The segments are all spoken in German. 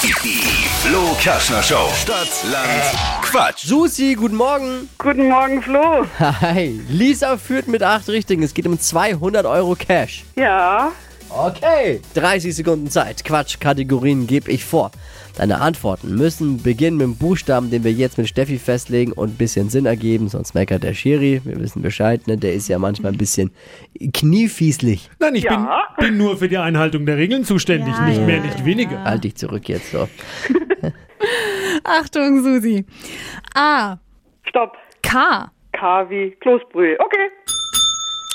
Die Flo Kaschner Show. Stadt, Land, Quatsch. Susi, guten Morgen. Guten Morgen, Flo. Hi. Lisa führt mit acht Richtigen. Es geht um 200 Euro Cash. Ja, Okay. 30 Sekunden Zeit. Quatschkategorien gebe ich vor. Deine Antworten müssen beginnen mit dem Buchstaben, den wir jetzt mit Steffi festlegen und ein bisschen Sinn ergeben. Sonst meckert der Schiri. Wir wissen Bescheid, ne? Der ist ja manchmal ein bisschen kniefieslich. Nein, ich Ja. bin, bin nur für die Einhaltung der Regeln zuständig, nicht mehr, nicht weniger. Halt dich zurück jetzt so. Achtung, Susi. A. stopp. K. K wie Kloßbrühe. Okay.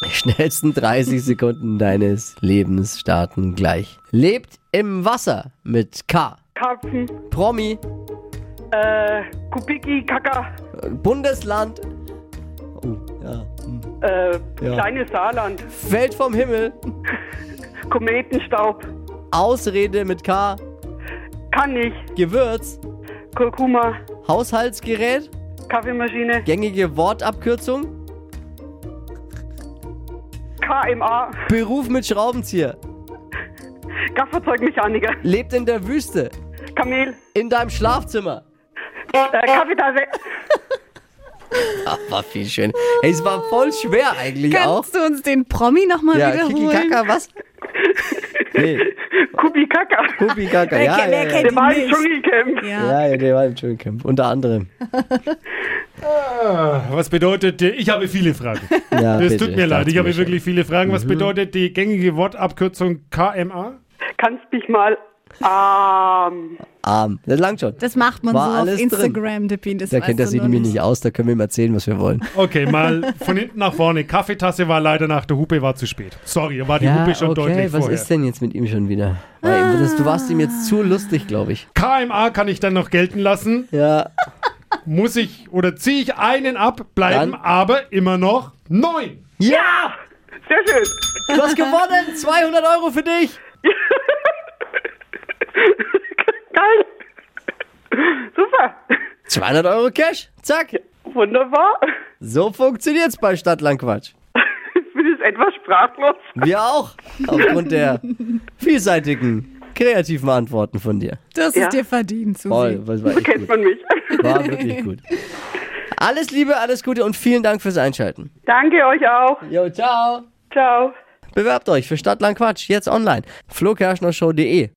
Die schnellsten 30 Sekunden deines Lebens starten gleich. Lebt im Wasser mit K. Karpfen, Promi, äh, Kubiki, Kaka, Bundesland. Oh, ja. äh, Ja. kleines Saarland, Fällt vom Himmel. Kometenstaub, Ausrede mit K. kann ich, Gewürz. Kurkuma, Haushaltsgerät. Kaffeemaschine, Gängige Wortabkürzung. KMA, Beruf mit Schraubenzieher. Kraftfahrzeugmechaniker, Lebt in der Wüste. Kamel, In deinem Schlafzimmer. äh, Kaffeetasse. Ach, war viel schön. Hey, es war voll schwer eigentlich Kannst auch. du uns den Promi nochmal Ja, Kiki wiederholen? Kaka, was? Nee, Kubi Kaka. Kubi Kaka, ja. kennt- ja, wer ja. kennt Der war im nicht. Dschungelcamp. Ja. Ja, ja, der war im Dschungelcamp. Unter anderem. Was bedeutet, äh, ich habe viele Fragen. Ja, Das bitte, tut mir leid, dachte ich habe schon. wirklich viele Fragen. Was bedeutet die gängige Wortabkürzung KMA? Kannst mich mal, ähm, Arm. Das langt schon. Das macht man War so auf alles drin. Instagram, Deppin. Das da kennt das das irgendwie nicht aus, da können wir ihm erzählen, was wir wollen. Okay, mal von hinten nach vorne. Kaffeetasse war leider nach der Hupe, war zu spät. Sorry, war die Hupe schon okay, deutlich was vorher. ist denn jetzt mit ihm schon wieder? Weil das, du warst ihm jetzt zu lustig, glaube ich. KMA kann ich dann noch gelten lassen. Ja, Muss ich oder ziehe ich einen ab, bleiben Dann- aber immer noch neun. ja, ah, sehr schön. du hast gewonnen, 200 Euro für dich. Geil. Super. 200 Euro Cash, zack. Wunderbar. So funktioniert's bei Stadtlandquatsch. Ich bin jetzt etwas sprachlos. Wir auch, aufgrund der vielseitigen, kreativen Antworten von dir. Das Ja. ist dir verdient, Susi. Voll, was war, echt Kennt gut. man mich. war wirklich gut. Alles Liebe, alles Gute und vielen Dank fürs Einschalten. Danke euch auch. Jo, ciao. Ciao. Bewerbt euch für Stadtlandquatsch jetzt online. flokerschnershow.de